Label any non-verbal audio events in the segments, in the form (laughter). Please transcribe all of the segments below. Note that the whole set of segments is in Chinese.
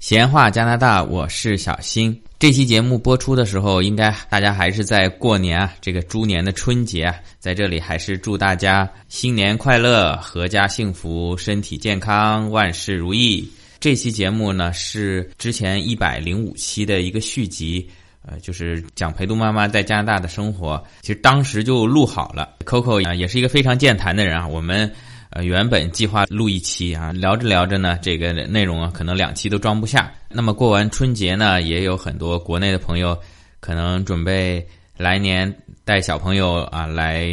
闲话加拿大，我是小新。这期节目播出的时候，应该大家还是在过年啊，这个猪年的春节啊，在这里还是祝大家新年快乐，阖家幸福，身体健康，万事如意。这期节目呢是之前一百零五期的一个续集，呃，就是讲裴度妈妈在加拿大的生活。其实当时就录好了，Coco 啊也是一个非常健谈的人啊，我们。呃，原本计划录一期啊，聊着聊着呢，这个内容啊，可能两期都装不下。那么过完春节呢，也有很多国内的朋友可能准备来年带小朋友啊来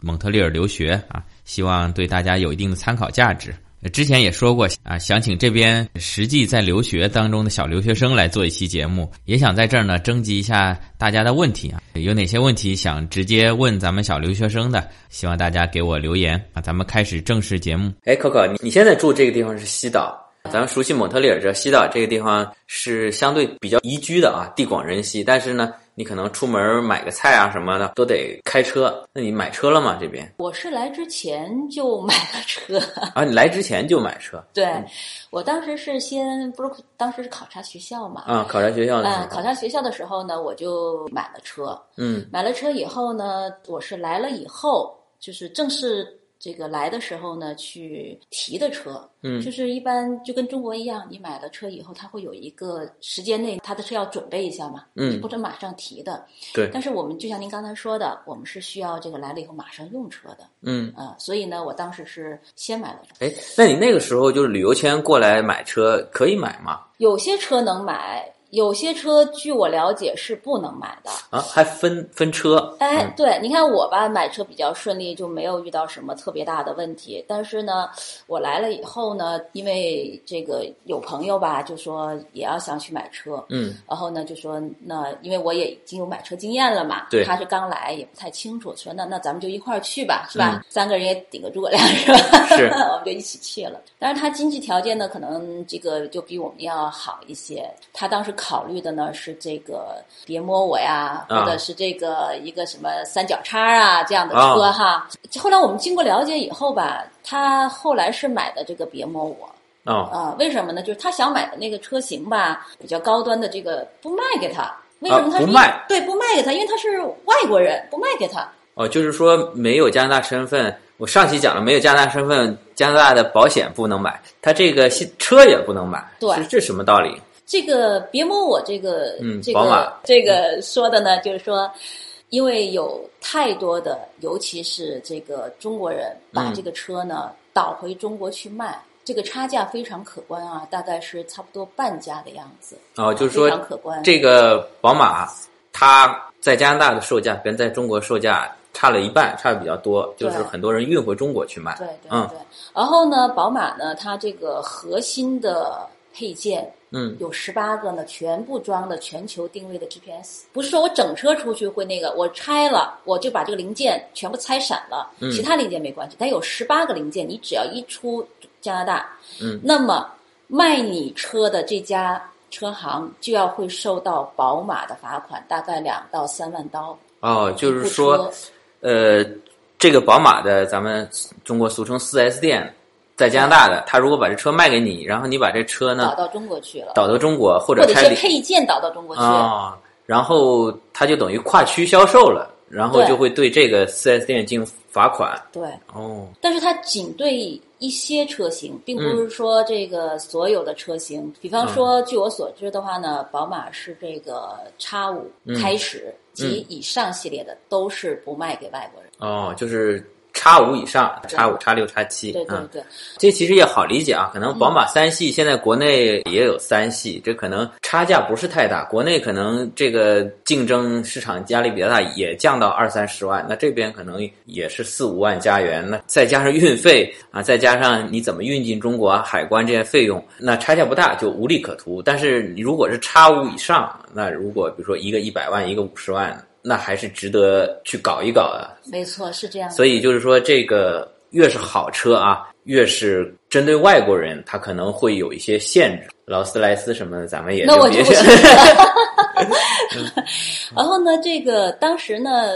蒙特利尔留学啊，希望对大家有一定的参考价值。之前也说过啊，想请这边实际在留学当中的小留学生来做一期节目，也想在这儿呢征集一下大家的问题啊，有哪些问题想直接问咱们小留学生的，希望大家给我留言啊。咱们开始正式节目。哎，Coco，你你现在住这个地方是西岛，咱们熟悉蒙特利尔这西岛这个地方是相对比较宜居的啊，地广人稀。但是呢，你可能出门买个菜啊什么的都得开车。那你买车了吗？这边我是来之前就买了车，啊，你来之前就买车对我当时是先不是当时是考察学校嘛，啊？考察学校的时嗯，候，考察学校的时候呢，我就买了车，嗯买了车以后呢，我是来了以后，就是正式这个来的时候呢，去提的车，嗯就是一般就跟中国一样，你买了车以后，它会有一个时间内他的车要准备一下嘛，嗯不，能马上提的。对，但是我们就像您刚才说的，我们是需要这个来了以后马上用车的，嗯，啊、所以呢，我当时是先买了车。哎，那你那个时候就是旅游签过来买车可以买吗？有些车能买，有些车据我了解是不能买的。啊，还分分车？哎嗯，对，你看我吧，买车比较顺利，就没有遇到什么特别大的问题。但是呢，我来了以后呢，因为这个有朋友吧，就说也要想去买车，嗯然后呢就说那因为我也已经有买车经验了嘛，对他是刚来也不太清楚，说那那咱们就一块儿去吧，是吧？三个人也顶个诸葛亮是吧？嗯是 (laughs) 我们就一起去了。当然他经济条件呢，可能这个就比我们要好一些。他当时考虑的呢是这个别摸我呀，啊或者是这个一个什么三角叉啊这样的车啊哈。后来我们经过了解以后吧，他后来是买的这个别摸我。哦，啊，为什么呢？就是他想买的那个车型吧，比较高端的这个不卖给他。为什么他是啊不一卖对，不卖给他，因为他是外国人，不卖给他。哦，就是说没有加拿大身份，我上期讲了，没有加拿大身份，加拿大的保险不能买，他这个新车也不能买，对这这什么道理？这个别摸我这个，嗯这宝马嗯个这个说的呢，就是说，因为有太多的，尤其是这个中国人把嗯这个车呢、倒回中国去卖，这个差价非常可观啊，大概是差不多半价的样子，哦，就是非常说可观。这个宝马，它在加拿大的售价跟在中国售价差了一半，差的比较多，对就是很多人运回中国去卖。对对对。嗯然后呢，宝马呢，它这个核心的配件嗯，有十八个呢，全部装了全球定位的 GPS。不是说我整车出去会那个，我拆了我就把这个零件全部拆散了，嗯其他零件没关系。但有十八个零件，你只要一出加拿大，嗯那么卖你车的这家车行就要会受到宝马的罚款，大概两到三万刀。哦，就是不说，呃，这个宝马的咱们中国俗称 4S 店，在加拿大的，他如果把这车卖给你，然后你把这车倒呢到中国去了，导到中国或或者者开是离配件倒到中国去。啊、然后它就等于跨区销售了，然后对就会对这个 4S 店进行罚款。对，哦，但是它仅对一些车型，并不嗯是说这个所有的车型。比方说，据我所知的话呢，宝马是这个 X 五嗯开始及以上系列的都是不卖给外国人。哦，就是叉五以上，叉五、叉六、叉七，对对嗯，对，这其实也好理解啊。可能宝马三系现在国内也有三系，这可能差价不是太大。国内可能这个竞争市场压力比较大，也降到二三十万，那这边可能也是四五万加元，那再加上运费啊，再加上你怎么运进中国啊、海关这些费用，那差价不大，就无利可图。但是你如果是叉五以上，那如果比如说一个一百万，一个五十万。那还是值得去搞一搞的，没错，是这样的。所以就是说，这个越是好车啊，越是针对外国人，它可能会有一些限制。劳斯莱斯什么的，咱们也那我别嗯就不 (laughs) 然后呢，这个当时呢，呃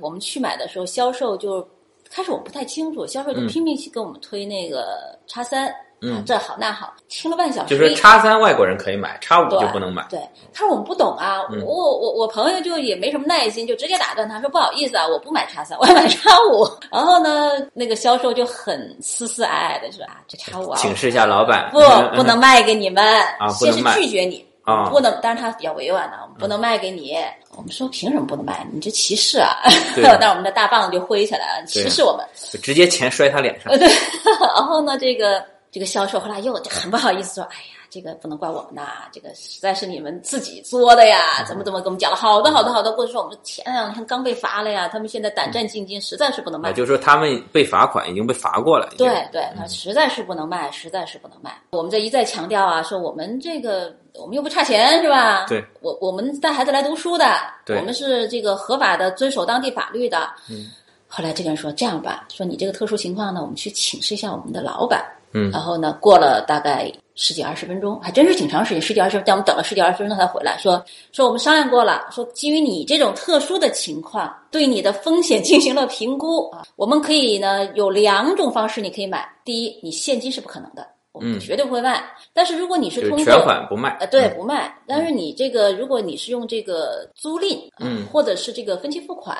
我们去买的时候，销售就开始我不太清楚，销售就拼命去给我们推那个叉三、嗯这好那好，听了半小时， (laughs) 就是叉三外国人可以买，叉五对就不能买。对，他说我们不懂啊，嗯我我我朋友就也没什么耐心，就直接打断他说不好意思啊，我不买叉三，我要买叉五。然后呢，那个销售就很丝丝矮矮的说啊，这叉五啊，请示一下老板，不嗯不能卖给你们，啊不先能是卖拒绝你。啊嗯不能，当然他比较委婉啊的，我们不能卖给你。我们说凭什么不能卖？你这歧视啊！ (laughs) 对但我们的大棒子就挥起来了，对啊歧视我们。就直接钱摔他脸上呃，。对， (laughs) 然后呢，这个这个销售后来又很不好意思说：“哎呀，这个不能怪我们呐，这个实在是你们自己作的呀，怎么怎么跟我们讲了好多好多好多，或者说我们前两天刚被罚了呀，他们现在胆战心惊，实在是不能啊，卖。”嗯就是嗯说他们被罚款，已经被罚过了。已经对对，他实在是不能卖，实在是不能卖。我们这一再强调啊，说我们这个我们又不差钱是吧？对，我我们带孩子来读书的，对我们是这个合法的遵守当地法律的。嗯。后来这个人说：“这样吧，说你这个特殊情况呢，我们去请示一下我们的老板。”嗯然后呢，过了大概十几二十分钟，还真是挺长时间，十几二十分钟，但我们等了十几二十分钟他才回来，说说我们商量过了，说基于你这种特殊的情况，对你的风险进行了评估啊，我们可以呢有两种方式你可以买，第一，你现金是不可能的，我们嗯绝对不会卖，但是如果你是就通是过全款不卖。嗯呃，对，不卖。但是你这个，如果你是用这个租赁，啊嗯或者是这个分期付款，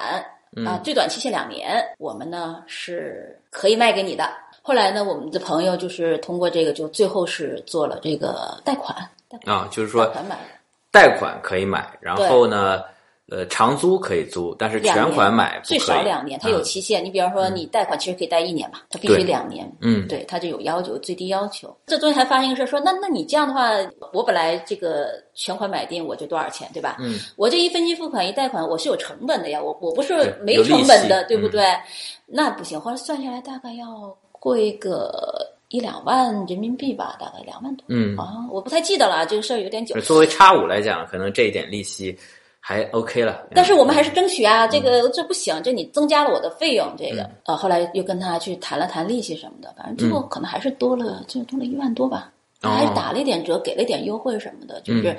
啊，最短期限两年，我们呢是可以卖给你的。后来呢，我们的朋友就是通过这个，就最后是做了这个贷款，贷款啊，就是贷说款买了贷款可以买，然后呢，呃，长租可以租，但是两全年款买不可最以。少两年，它有啊期限。你比方说，你贷款其实可以贷一年嘛，它必对须两年。嗯，对，他就有要求，最低要求。这中间还发生一个事儿，说那那你这样的话，我本来这个全款买定我就多少钱，对吧？嗯，我这一分期付款一贷款，我是有成本的呀，我我不是对没有利成本的，息嗯对不对？那不行，后来算下来大概要贵个一两万人民币吧，大概两万多。嗯啊，我不太记得了，这个事儿有点久而。作为叉五来讲，可能这一点利息还 OK 了。但是我们还是争取啊，这个这不行，这你增加了我的费用，这嗯个呃，后来又跟他去谈了谈利息什么的，反正最后可能还是多了，就多了一万多吧，哦嗯还是打了一点折，给了一点优惠什么的，就是。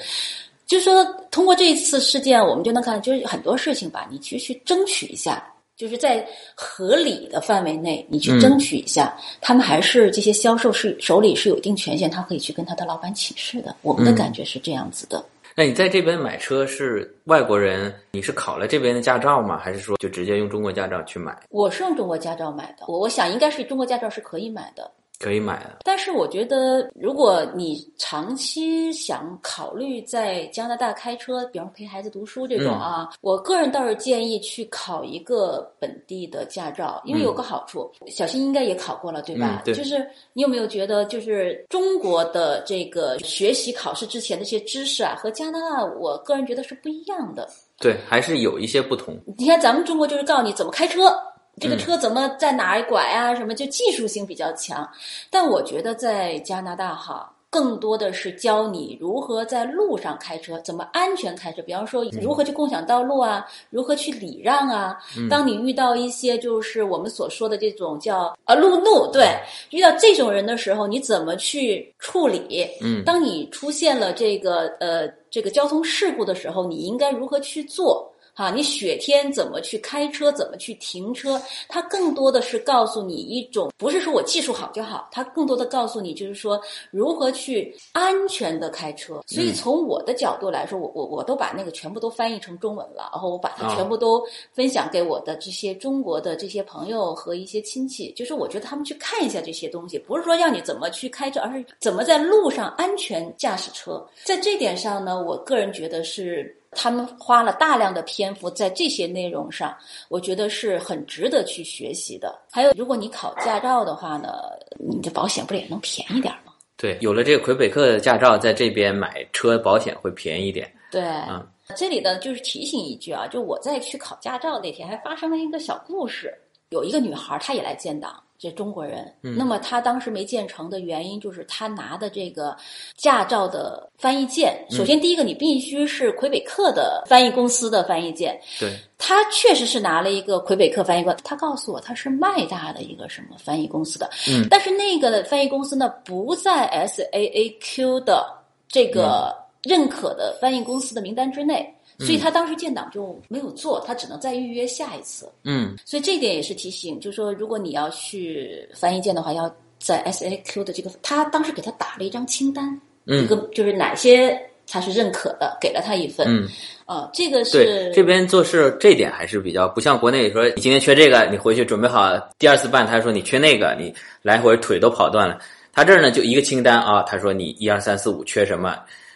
就是说，通过这一次事件，我们就能看，就是很多事情吧，你去去争取一下，就是在合理的范围内，你去嗯争取一下。他们还是这些销售是手里是有一定权限，他可以去跟他的老板请示的。我们的嗯感觉是这样子的。那你在这边买车是外国人，你是考了这边的驾照吗？还是说就直接用中国驾照去买？我是用中国驾照买的，我我想应该是中国驾照是可以买的。可以买啊的。但是我觉得，如果你长期想考虑在加拿大开车，比方说陪孩子读书这嗯种啊，我个人倒是建议去考一个本地的驾照，因为有个好处，小新应该也考过了，对吧嗯？对就是你有没有觉得，就是中国的这个学习考试之前的这些知识啊，和加拿大，我个人觉得是不一样的。对，还是有一些不同。你看咱们中国就是告诉你怎么开车，这个车怎么在哪儿拐啊，什么就技术性比较强。但我觉得在加拿大哈。更多的是教你如何在路上开车，怎么安全开车。比方说，如何去共享道路啊，如何去礼让啊。当你遇到一些就是我们所说的这种叫啊路怒，对，遇到这种人的时候，你怎么去处理？嗯当你出现了这个呃这个交通事故的时候，你应该如何去做？哈，你雪天怎么去开车，怎么去停车？它更多的是告诉你一种，不是说我技术好就好，它更多的告诉你就是说如何去安全的开车。所以从我的角度来说，我我我都把那个全部都翻译成中文了，然后我把它啊全部都分享给我的这些中国的这些朋友和一些亲戚，就是我觉得他们去看一下这些东西，不是说让你怎么去开车，而是怎么在路上安全驾驶车。在这点上呢，我个人觉得是他们花了大量的篇幅在这些内容上，我觉得是很值得去学习的。还有，如果你考驾照的话呢，你的保险不是也能便宜点儿吗？对，有了这个魁北克的驾照，在这边买车保险会便宜一点。对，嗯这里呢就是提醒一句啊，就我在去考驾照那天还发生了一个小故事，有一个女孩儿她也来建档。这中国人，那么她当时没建成的原因就是她拿的这个驾照的翻译件。首先，第一个你必须是魁北克的翻译公司的翻译件，对，他确实是拿了一个魁北克翻译官，他告诉我他是麦大的一个什么翻译公司的，嗯但是那个翻译公司呢不在 SAAQ 的这个嗯认可的翻译公司的名单之内，所以他当时建档就没有做，他只能再预约下一次。嗯，所以这一点也是提醒，就是说，如果你要去翻译件的话，要在 SAQ 的这个，他当时给他打了一张清单，嗯一个就是哪些他是认可的，给了他一份。嗯，呃，这个对是，这边做事这点还是比较不像国内说你今天缺这个，你回去准备好第二次办，他说你缺那个，你来回腿都跑断了。他这儿呢就一个清单啊，他说你一二三四五缺什么，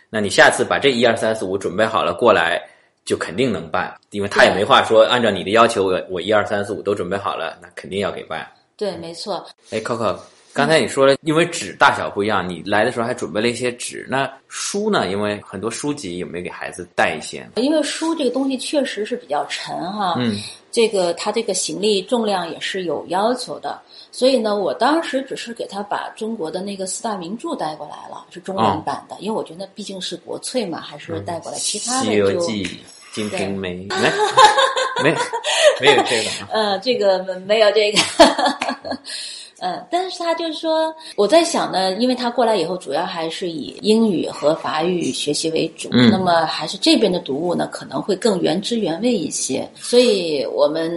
那你下次把这一二三四五准备好了过来，就肯定能办，因为他也没话说，按照你的要求，我我一二三四五都准备好了，那肯定要给办。对，没错，哎，Coco，刚才你说了，因为纸大小不一样，你来的时候还准备了一些纸。那书呢？因为很多书籍有没有给孩子带一些？因为书这个东西确实是比较沉哈，嗯，这个它这个行李重量也是有要求的，所以呢，我当时只是给他把中国的那个四大名著带过来了，是中啊文版的，因为我觉得毕竟是国粹嘛，还是带过来，其他嗯西的游就记》《金瓶梅》没没没有这个啊。呃，这个没有这个， (laughs) 呃，但是他就是说，我在想呢，因为他过来以后，主要还是以英语和法语学习为主，嗯那么还是这边的读物呢，可能会更原汁原味一些。所以我们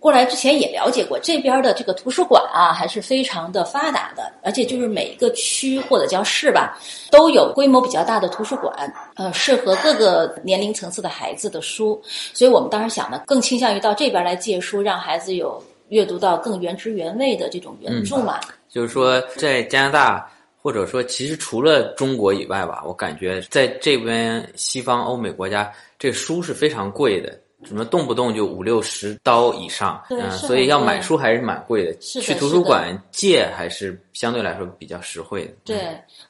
过来之前也了解过，这边的这个图书馆啊，还是非常的发达的，而且就是每一个区或者叫市吧，都有规模比较大的图书馆，呃，适合各个年龄层次的孩子的书。所以我们当时想呢，更倾向于到这边来借书，让孩子有阅读到更原汁原味的这种原著嘛。就是说，在加拿大，或者说其实除了中国以外吧，我感觉在这边西方欧美国家，这书是非常贵的，什么动不动就五六十刀以上，对嗯、是所以很要贵买书还是蛮贵的。是的去图是书的馆借还是相对来说比较实惠的。对，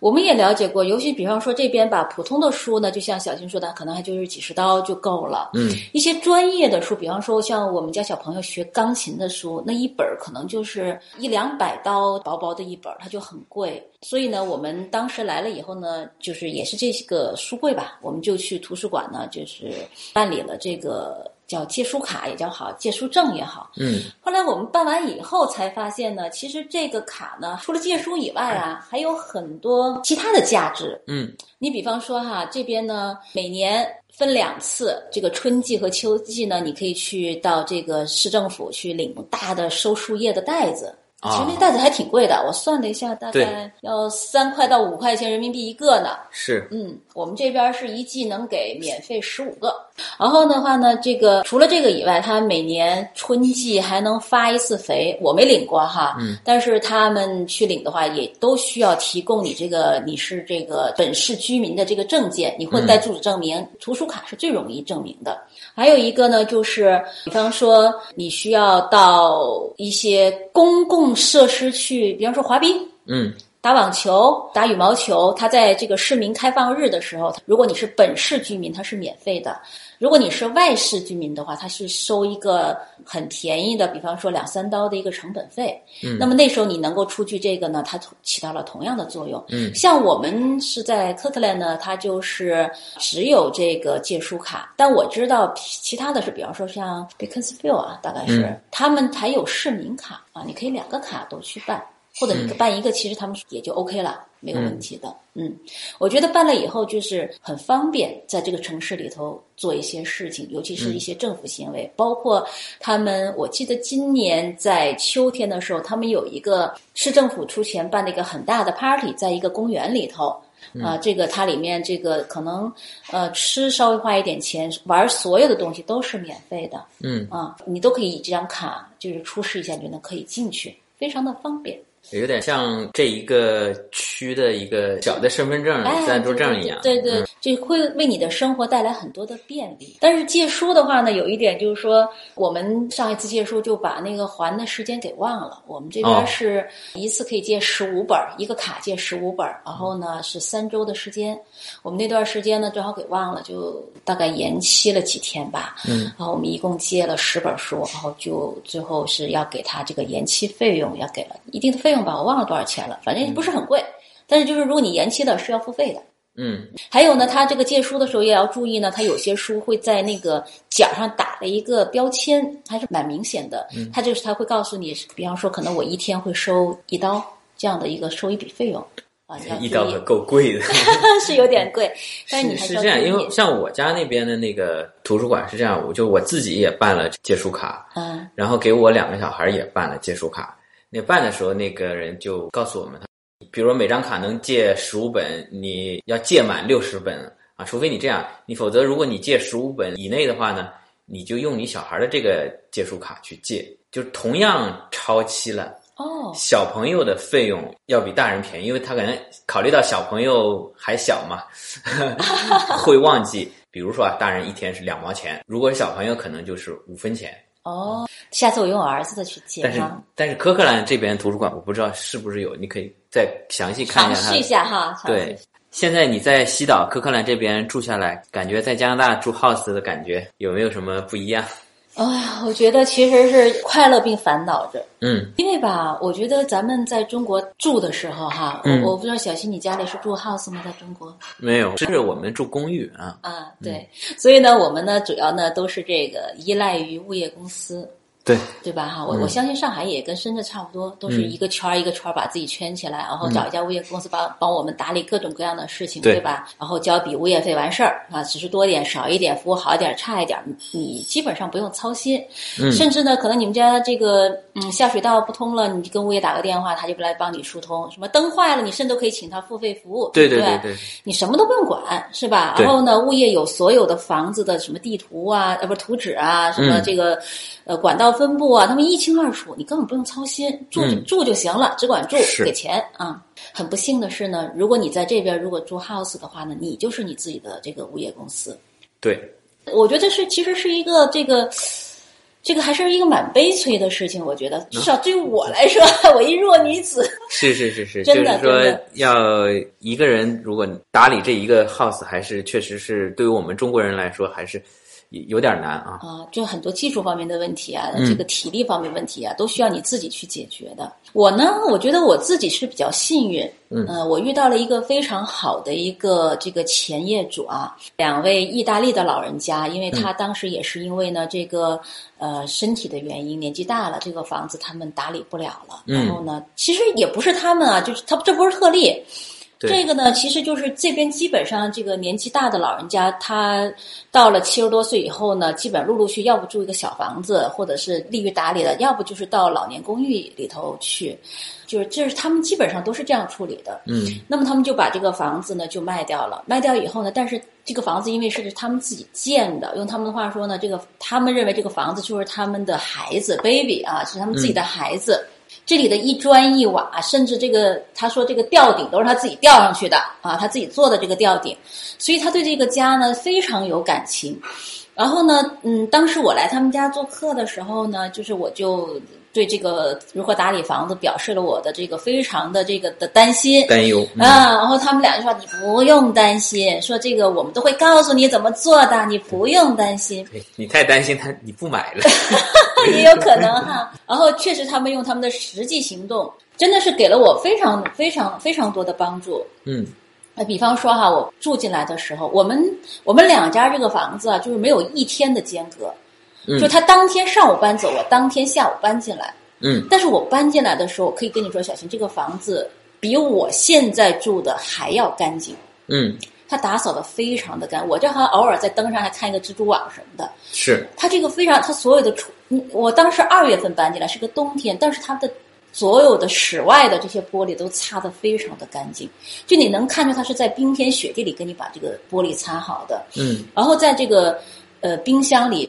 我们也了解过，尤其比方说这边吧，普通的书呢，就像小新说的，可能还就是几十刀就够了。嗯，一些专业的书，比方说像我们家小朋友学钢琴的书，那一本儿可能就是一两百刀，薄薄的一本儿，它就很贵。所以呢，我们当时来了以后呢，就是也是这个书柜吧，我们就去图书馆呢，就是办理了这个叫借书卡也叫好，借书证也好。嗯，后来我们办完以后才发现呢，其实这个卡呢，除了借书以外啊，还有很多其他的价值。嗯，你比方说哈，这边呢每年分两次，这个春季和秋季呢，你可以去到这个市政府去领大的收树叶的袋子。其实啊那袋子还挺贵的，我算了一下，大对概要三块到五块钱人民币一个呢。是，嗯，我们这边是一季能给免费十五个，然后的话呢，这个除了这个以外，它每年春季还能发一次肥，我没领过哈，嗯，但是他们去领的话，也都需要提供你这个你是这个本市居民的这个证件，你混带住址证明、图书卡是最容易证明的。还有一个呢，就是比方说你需要到一些公共设施去，比方说滑冰，嗯打网球、打羽毛球，它在这个市民开放日的时候，如果你是本市居民，它是免费的；如果你是外市居民的话，它是收一个很便宜的，比方说两三刀的一个成本费。嗯那么那时候你能够出具这个呢，它起到了同样的作用。嗯像我们是在 Kirkland 呢，它就是只有这个借书卡，但我知道其他的是，比方说像 Beaconsfield 啊，大概是、嗯他们还有市民卡啊，你可以两个卡都去办，或者嗯你办一个，其实他们也就 OK 了，没有问题的。嗯我觉得办了以后就是很方便，在这个城市里头做一些事情，尤其是一些政府行为，包括他们，我记得今年在秋天的时候，他们有一个市政府出钱办了一个很大的 party，在一个公园里头。啊、这个它里面这个可能，呃，吃稍微花一点钱，玩所有的东西都是免费的嗯，啊、你都可以以这张卡就是出示一下，你就能可以进去，非常的方便。有点像这一个区的一个小的身份证、哎，暂住证一样。对对嗯，对就会为你的生活带来很多的便利。但是借书的话呢，有一点就是说，我们上一次借书就把那个还的时间给忘了。我们这哦边是一次可以借十五本儿，一个卡借十五本儿，然后嗯呢是三周的时间。我们那段时间呢正好给忘了，就大概延期了几天吧。嗯，然后我们一共借了十本书，然后就最后是要给他这个延期费用，要给了一定的费用吧，我忘了多少钱了，反正也不是很贵。但是就是如果你延期了是要付费的。嗯，还有呢，他这个借书的时候也要注意呢，他有些书会在那个角上打了一个标签，还是蛮明显的。嗯他就是他会告诉你，比方说可能我一天会收一刀这样的一个收一笔费用啊，你要注一意刀可够贵的。嗯是有点贵， (laughs) 但你还是要这样，注因意为像我家那边的那个图书馆是这样，我就我自己也办了借书卡，嗯然后给我两个小孩也办了借书卡。那办的时候，那个人就告诉我们，比如每张卡能借十五本，你要借满六十本啊，除非你这样，你否则如果你借十五本以内的话呢，你就用你小孩的这个借书卡去借，就同样超期了。哦，小朋友的费用要比大人便宜，因为他可能考虑到小朋友还小嘛， (laughs) 会忘记。比如说啊，大人一天是两毛钱，如果是小朋友可能就是五分钱。哦，下次我用我儿子的去借但是哈，但是科克兰这边图书馆我不知道是不是有，你可以再详细看尝一下它试一的。下哈。尝试一对下，现在你在西岛科克兰这边住下来，感觉在加拿大住 house 的感觉有没有什么不一样？哎呀，我觉得其实是快乐并烦恼着。嗯因为吧，我觉得咱们在中国住的时候哈，嗯我我不知道小新你家里是住 house 吗？在中国没有，这是我们住公寓啊。啊，对，所以呢，我们呢主要呢都是这个依赖于物业公司，对，对吧？哈，我、嗯我相信上海也跟深圳差不多，都是一个圈儿一个圈儿把自己圈起来，然后找一家物业公司帮帮我们打理各种各样的事情，嗯对对吧？然后交笔物业费完事儿啊，只是多点少一点，服务好一点差一点，你基本上不用操心。嗯甚至呢，可能你们家这个嗯下水道不通了，你跟物业打个电话，他就来帮你疏通。什么灯坏了，你甚至都可以请他付费服务，对对对不对，你什么都不用管，是吧？对然后呢，物业有所有的房子的什么地图啊，呃，不是图纸啊，什么嗯这个、呃管道分布啊，他们一清二楚，你根本不用操心，住、嗯住就行了，只管住，是给钱啊。很不幸的是呢，如果你在这边如果住 house 的话呢，你就是你自己的这个物业公司。对，我觉得这是其实是一个这个。这个还是一个蛮悲催的事情，我觉得，至少啊对于我来说， (laughs) 我一弱女子，是是是是，就真的是说真的要一个人如果打理这一个 house，还是确实是对于我们中国人来说还是有有点难啊。啊，就很多技术方面的问题啊，嗯这个体力方面问题啊，都需要你自己去解决的。我呢，我觉得我自己是比较幸运，嗯呃，我遇到了一个非常好的一个这个前业主啊，两位意大利的老人家，因为嗯他当时也是因为呢这个呃身体的原因，年纪大了，这个房子他们打理不了了，嗯然后呢，其实也不是他们啊，就是他这不是特例，对这个呢，其实就是这边基本上这个年纪大的老人家，他到了七十多岁以后呢，基本陆陆续要不住一个小房子，或者是利于打理的，要不就是到老年公寓里头去，就是这是他们基本上都是这样处理的。嗯那么他们就把这个房子呢就卖掉了，卖掉以后呢，但是这个房子因为是他们自己建的，用他们的话说呢，这个他们认为这个房子就是他们的孩子 baby 啊，是他们自己的孩子。这里的一砖一瓦，甚至这个他说这个吊顶都是他自己吊上去的啊，他自己做的这个吊顶，所以他对这个家呢非常有感情。然后呢，嗯，当时我来他们家做客的时候呢，就是我就对这个如何打理房子表示了我的这个非常的这个的担心，担忧。嗯啊，然后他们俩就说：“你不用担心，说这个我们都会告诉你怎么做的，你不用担心。 (laughs) 对哎你太担心他，你不买 (laughs) 了。也有可能哈。然后确实，他们用他们的实际行动，真的是给了我非常非常非常多的帮助。嗯呃，比方说哈，我住进来的时候，我们我们两家这个房子啊，就是没有一天的间隔，嗯就他当天上午搬走，我当天下午搬进来。嗯，但是我搬进来的时候，我可以跟你说，小新，这个房子比我现在住的还要干净。”嗯，他打扫的非常的干，我这还偶尔在灯上还看一个蜘蛛网什么的。是他这个非常，他所有的厨，嗯我当时二月份搬进来是个冬天，但是他的所有的室外的这些玻璃都擦得非常的干净，就你能看出他是在冰天雪地里给你把这个玻璃擦好的。嗯然后在这个呃冰箱里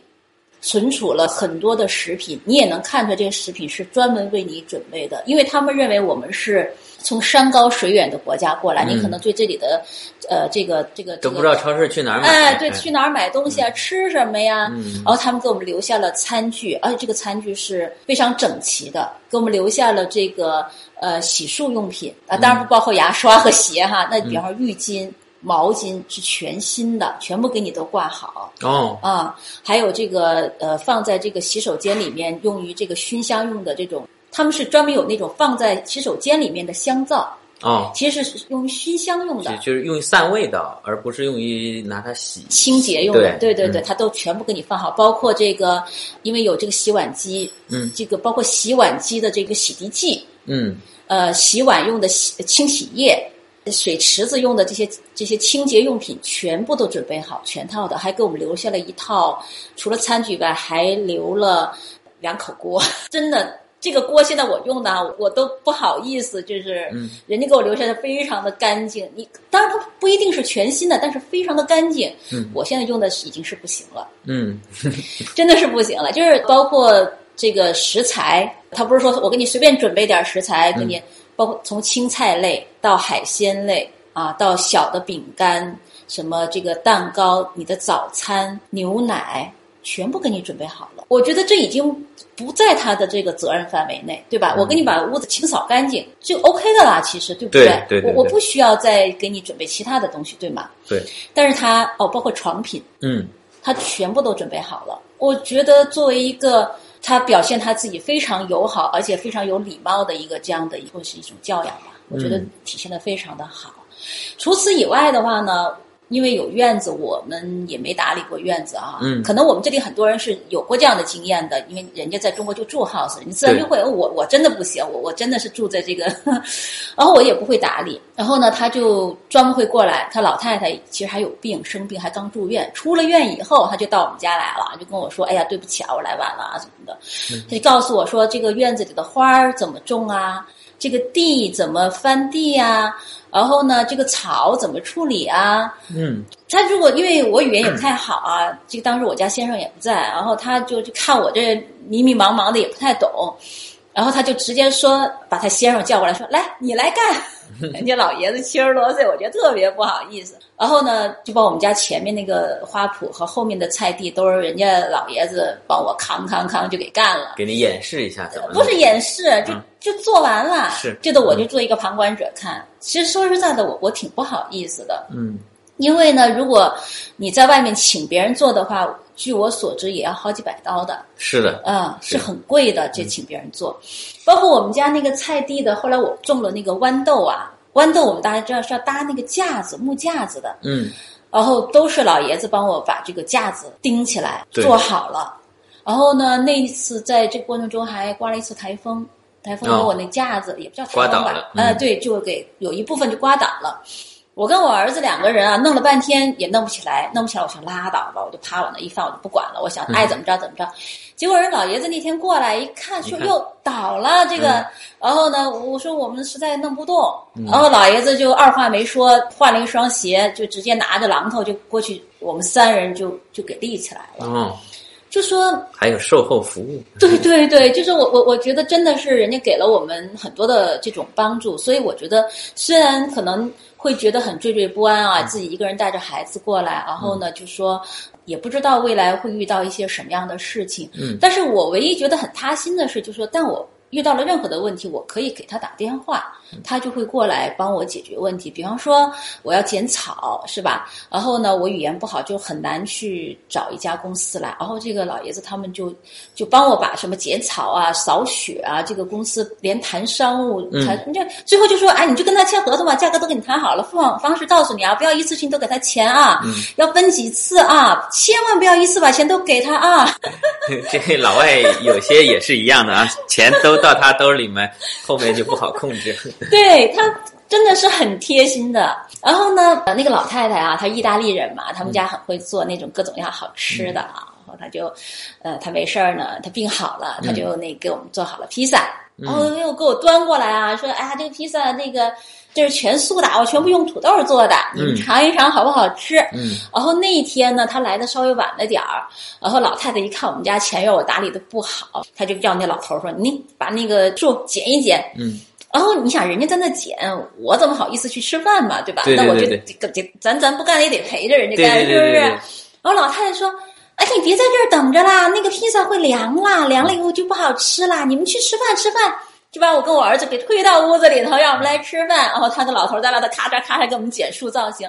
存储了很多的食品，你也能看出这些食品是专门为你准备的，因为他们认为我们是从山高水远的国家过来，嗯你可能对这里的呃这个这个都不知道。超市去哪儿这买。个哎，对，去哪儿买东西啊？吃什么呀？嗯然后他们给我们留下了餐具，而且这个餐具是非常整齐的，给我们留下了这个呃洗漱用品啊，当然不包括牙刷和鞋哈。那比方说浴巾、毛巾是全新的，全部给你都挂好哦，啊。还有这个呃，放在这个洗手间里面用于这个熏香用的这种，他们是专门有那种放在洗手间里面的香皂，哦，其实是用于熏香用就的。就是用于散味道，而不是用于拿它洗。清洁用的，对嗯对对对，它都全部给你放好，包括这个，因为有这个洗碗机，嗯这个包括洗碗机的这个洗涤剂，嗯呃，洗碗用的洗清洗液、水池子用的这些这些清洁用品，全部都准备好，全套的，还给我们留下了一套，除了餐具以外，还留了两口锅，真的。 (laughs) 这个锅现在我用呢，我都不好意思，就是人家给我留下的非常的干净。你当然它不一定是全新的，但是非常的干净。嗯我现在用的已经是不行了，嗯真的是不行了。就是包括这个食材，它不是说我给你随便准备点食材，给嗯你包括从青菜类到海鲜类啊，到小的饼干，什么这个蛋糕，你的早餐、牛奶，全部给你准备好了。我觉得这已经不在他的这个责任范围内，对嗯吧？我给你把屋子清扫干净就 OK 的啦，其实对不对对对我我对不需要再给你准备其他的东西，对吗？对，但是他哦，包括床品。嗯他全部都准备好了。我觉得作为一个他表现他自己非常友好，而且非常有礼貌的一个这样的一个是一种教养吧，我觉得体现的非常的好。除此以外的话呢，因为有院子，我们也没打理过院子啊。嗯可能我们这里很多人是有过这样的经验的，因为人家在中国就住 house，人家自然对就会，哦我我真的不行，我我真的是住在这个， (laughs) 然后我也不会打理。然后呢，他就专门会过来，他老太太其实还有病，生病还刚住院，出了院以后，他就到我们家来了，就跟我说：“哎呀，对不起啊，我来晚了啊什么的。”嗯他就告诉我说：“这个院子里的花儿怎么种啊？这个地怎么翻地啊？然后呢，这个草怎么处理啊？嗯他如果因为我语言也不太好 (clears throat) 啊，这个当时我家先生也不在，然后他就就看我这迷迷茫茫的也不太懂，然后他就直接说把他先生叫过来说来你来 (laughs) 干，人家老爷子七十多岁，我觉得特别不好意思。然后呢，就把我们家前面那个花圃和后面的菜地都是人家老爷子帮我扛扛扛就给干了。给你演示一下怎么弄不是演示，就、嗯就做完了。是嗯这个我就做一个旁观者看。其实说实在的，我我挺不好意思的，嗯因为呢，如果你在外面请别人做的话，据我所知也要好几百刀的，是的嗯，是是很贵的。这请别人做，包括我们家那个菜地的，后来我种了那个豌豆啊，豌豆我们大家知道是要搭那个架子木架子的，嗯然后都是老爷子帮我把这个架子钉起来，对做好了。然后呢，那一次在这个过程中还刮了一次台风，台风把哦我那架子、也不叫台刮风倒吧，了呃，嗯对，就给有一部分就刮倒了。我跟我儿子两个人啊，弄了半天也弄不起来，弄不起来，我想拉倒吧，我就趴往那一放，我就不管了，我想嗯爱怎么着怎么着。结果人老爷子那天过来一看，说看又倒了这个，然后呢，我说我们实在弄不动，然后老爷子就二话没说换了一双鞋，就直接拿着榔头就过去，我们三人就就给立起来了，哦，就说还有售后服务 (laughs) 对对对，就是我 (laughs) 我我觉得真的是人家给了我们很多的这种帮助，所以我觉得虽然可能会觉得很惴惴不安啊，自己一个人带着孩子过来，然后呢就说也不知道未来会遇到一些什么样的事情，嗯但是我唯一觉得很踏心的是，就是说但我。遇到了任何的问题，我可以给他打电话，他就会过来帮我解决问题。比方说，我要剪草，是吧？然后呢，我语言不好，就很难去找一家公司来。然后这个老爷子他们就就帮我把什么剪草啊、扫雪啊，这个公司连谈商务嗯谈，你这最后就说，哎，你就跟他签合同吧，价格都给你谈好了，付款方式告诉你啊，不要一次性都给他钱啊，要分几次啊，千万不要一次把钱都给他啊。这老外有些也是一样的啊，钱都到他兜里面，后面就不好控制。 (laughs) 对他真的是很贴心的。然后呢，呃那个老太太啊，她意大利人嘛，他们家很会做那种各种各样好吃的啊。然后她就，呃，她没事儿呢，她病好了，她就那给我们做好了披萨，嗯然后又给我端过来啊，说，哎呀，这个披萨那个这是全素的啊，我全部用土豆做的，你嗯们尝一尝好不好吃？嗯然后那一天呢，他来的稍微晚了点儿，然后老太太一看我们家前院我打理的不好，她就叫那老头儿说：“你把那个树剪一剪。”嗯。然哦后你想，人家在那剪，我怎么好意思去吃饭嘛，对吧？对对那我对就对得得咱咱不干也得陪着人家对干，对对对是不对是？，然后老太太说：“哎，你别在这儿等着啦，那个披萨会凉啦，凉了以后就不好吃啦。你们去吃饭，吃饭。”就把我跟我儿子给推到屋子里头，让我们来吃饭。然后他跟老头儿在那头咔嚓咔嚓给我们剪树造型。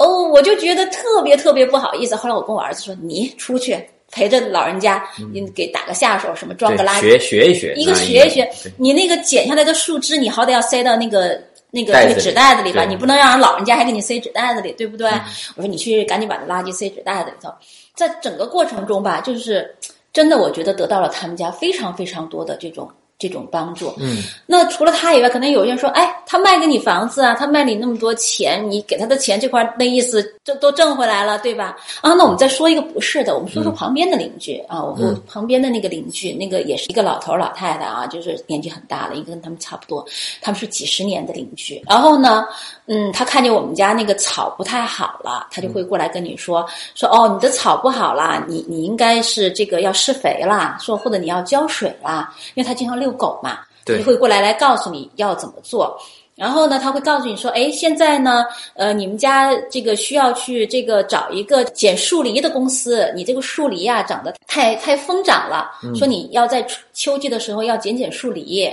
哦，我就觉得特别特别不好意思。后来我跟我儿子说：“你出去陪着老人家，你给打个下手，什么装个嗯对垃圾学学一学，一个那学一学对，你那个剪下来的树枝，你好歹要塞到那个那个袋子那里个纸袋子里吧，对嗯你不能让人老人家还给你塞纸袋子里，对不对？我说你去赶紧把那垃圾塞纸袋子里头。在整个过程中吧，就是真的，我觉得得到了他们家非常非常多的这种这种帮助。嗯，那除了他以外，可能有些人说，哎，他卖给你房子啊，他卖你那么多钱，你给他的钱这块那意思这都挣回来了，对吧？啊，那我们再说一个不是的，我们说说旁边的邻居、啊，我我旁边的那个邻居，那个也是一个老头儿老太太啊，就是年纪很大了，应该跟他们差不多，他们是几十年的邻居。然后呢，嗯，他看见我们家那个草不太好了，他就会过来跟你说、说，哦，你的草不好啦，你你应该是这个要施肥啦，说或者你要浇水啦，因为他经常遛狗嘛，对他就会过来来告诉你要怎么做。然后呢，他会告诉你说，哎，现在呢，呃，你们家这个需要去这个找一个捡树梨的公司，你这个树梨啊长得太太疯长了，说你要在春秋季的时候要捡捡树梨。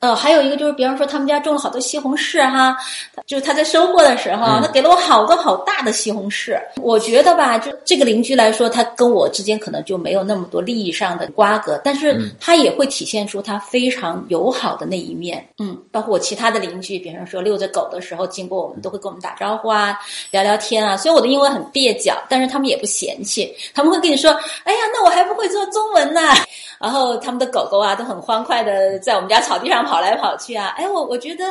呃，还有一个就是，比方说他们家种了好多西红柿哈，就是他在收获的时候，他给了我好多好大的西红柿。我觉得吧，就这个邻居来说，他跟我之间可能就没有那么多利益上的瓜葛，但是他也会体现出他非常友好的那一面。嗯，包括我其他的邻居，比方说遛着狗的时候经过我们，都会跟我们打招呼啊，聊聊天啊。虽然我的英文很蹩脚，但是他们也不嫌弃，他们会跟你说：“哎呀，那我还不会做中文呢。”然后他们的狗狗啊，都很欢快的在我们家草地上跑来跑去啊。哎，我我觉得，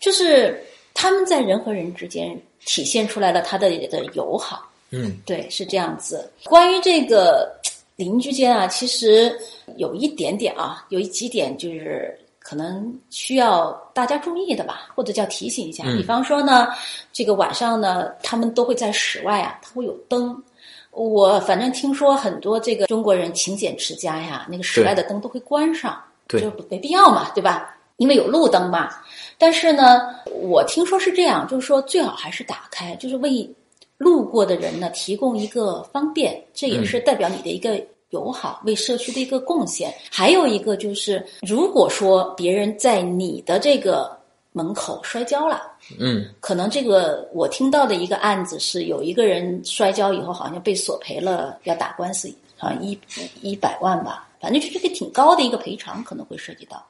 就是他们在人和人之间体现出来了他的的友好。嗯对，是这样子。关于这个邻居间啊，其实有一点点啊，有一几点就是可能需要大家注意的吧，或者叫提醒一下。嗯比方说呢，这个晚上呢，他们都会在室外啊，它会有灯。我反正听说很多这个中国人勤俭持家呀，那个室外的灯都会关上，对就没必要嘛，对吧？因为有路灯嘛。但是呢，我听说是这样，就是说最好还是打开，就是为路过的人呢提供一个方便，这也是代表你的一个友好，为社区的一个贡献。还有一个就是，如果说别人在你的这个门口摔跤了。嗯可能这个我听到的一个案子是，有一个人摔跤以后好像被索赔了，要打官司，好像一一百万吧，反正就是这个挺高的一个赔偿可能会涉及到。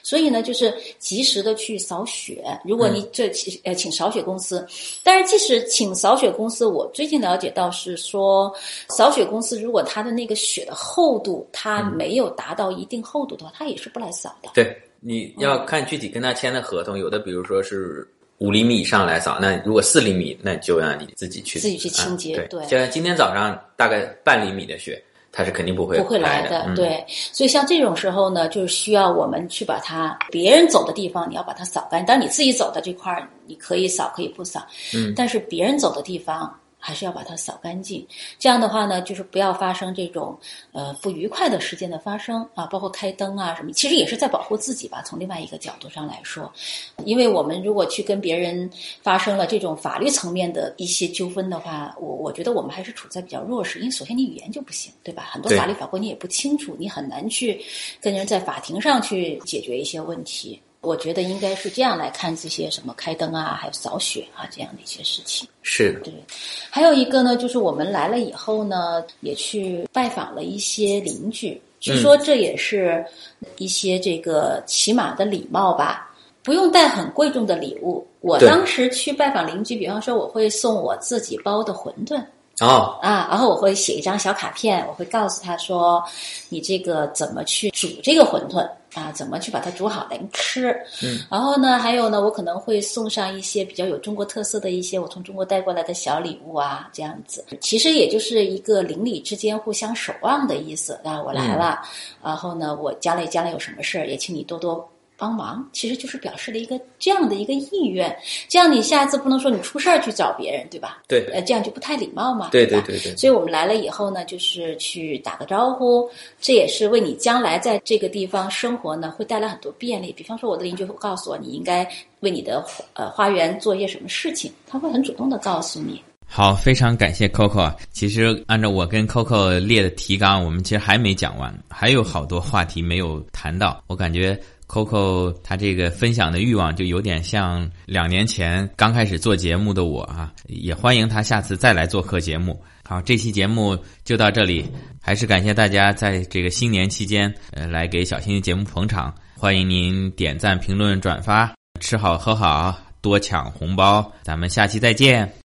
所以呢，就是及时的去扫雪。如果你这请呃请扫雪公司，但是即使请扫雪公司，我最近了解到是说，扫雪公司如果它的那个雪的厚度它没有达到一定厚度的话，它也是不来扫的。对，你要嗯看具体跟他签的合同，有的比如说是五厘米以上来扫，那如果四厘米，那就让你自己去自己去清洁啊对，对就像今天早上大概半厘米的雪，它是肯定不会不会来来的，嗯、对。所以像这种时候呢，就是需要我们去把它别人走的地方，你要把它扫干净。当然你自己走的这块儿，你可以扫，可以不扫。嗯但是别人走的地方。还是要把它扫干净，这样的话呢，就是不要发生这种呃不愉快的事件的发生啊，包括开灯啊什么，其实也是在保护自己吧。从另外一个角度上来说，因为我们如果去跟别人发生了这种法律层面的一些纠纷的话，我我觉得我们还是处在比较弱势，因为首先你语言就不行，对吧？很多对法律法规你也不清楚，你很难去跟人在法庭上去解决一些问题。我觉得应该是这样来看这些什么开灯啊，还有扫雪啊这样的一些事情。是的，对，还有一个呢，就是我们来了以后呢，也去拜访了一些邻居，据说这也是一些这个起码的礼貌吧，不用带很贵重的礼物。我对当时去拜访邻居，比方说我会送我自己包的馄饨哦，啊，然后我会写一张小卡片，我会告诉他说，你这个怎么去煮这个馄饨。啊，怎么去把它煮好来吃？嗯，然后呢，还有呢，我可能会送上一些比较有中国特色的一些我从中国带过来的小礼物啊，这样子，其实也就是一个邻里之间互相守望的意思啊。我嗯来了，然后呢，我家里将来有什么事儿，也请你多多帮忙，其实就是表示了一个这样的一个意愿。这样你下次不能说你出事儿去找别人，对吧？对呃，这样就不太礼貌嘛。对对对吧对对，所以我们来了以后呢，就是去打个招呼，这也是为你将来在这个地方生活呢，会带来很多便利。比方说，我的邻居会告诉我，你应该为你的呃花园做一些什么事情，他会很主动的告诉你。好，非常感谢 Coco 啊！其实按照我跟 Coco 列的提纲，我们其实还没讲完，还有好多话题没有谈到。我感觉 Coco 他这个分享的欲望就有点像两年前刚开始做节目的我啊，也欢迎他下次再来做客节目。好，这期节目就到这里，还是感谢大家在这个新年期间，呃，来给小星星节目捧场。欢迎您点赞、评论、转发，吃好喝好，多抢红包。咱们下期再见。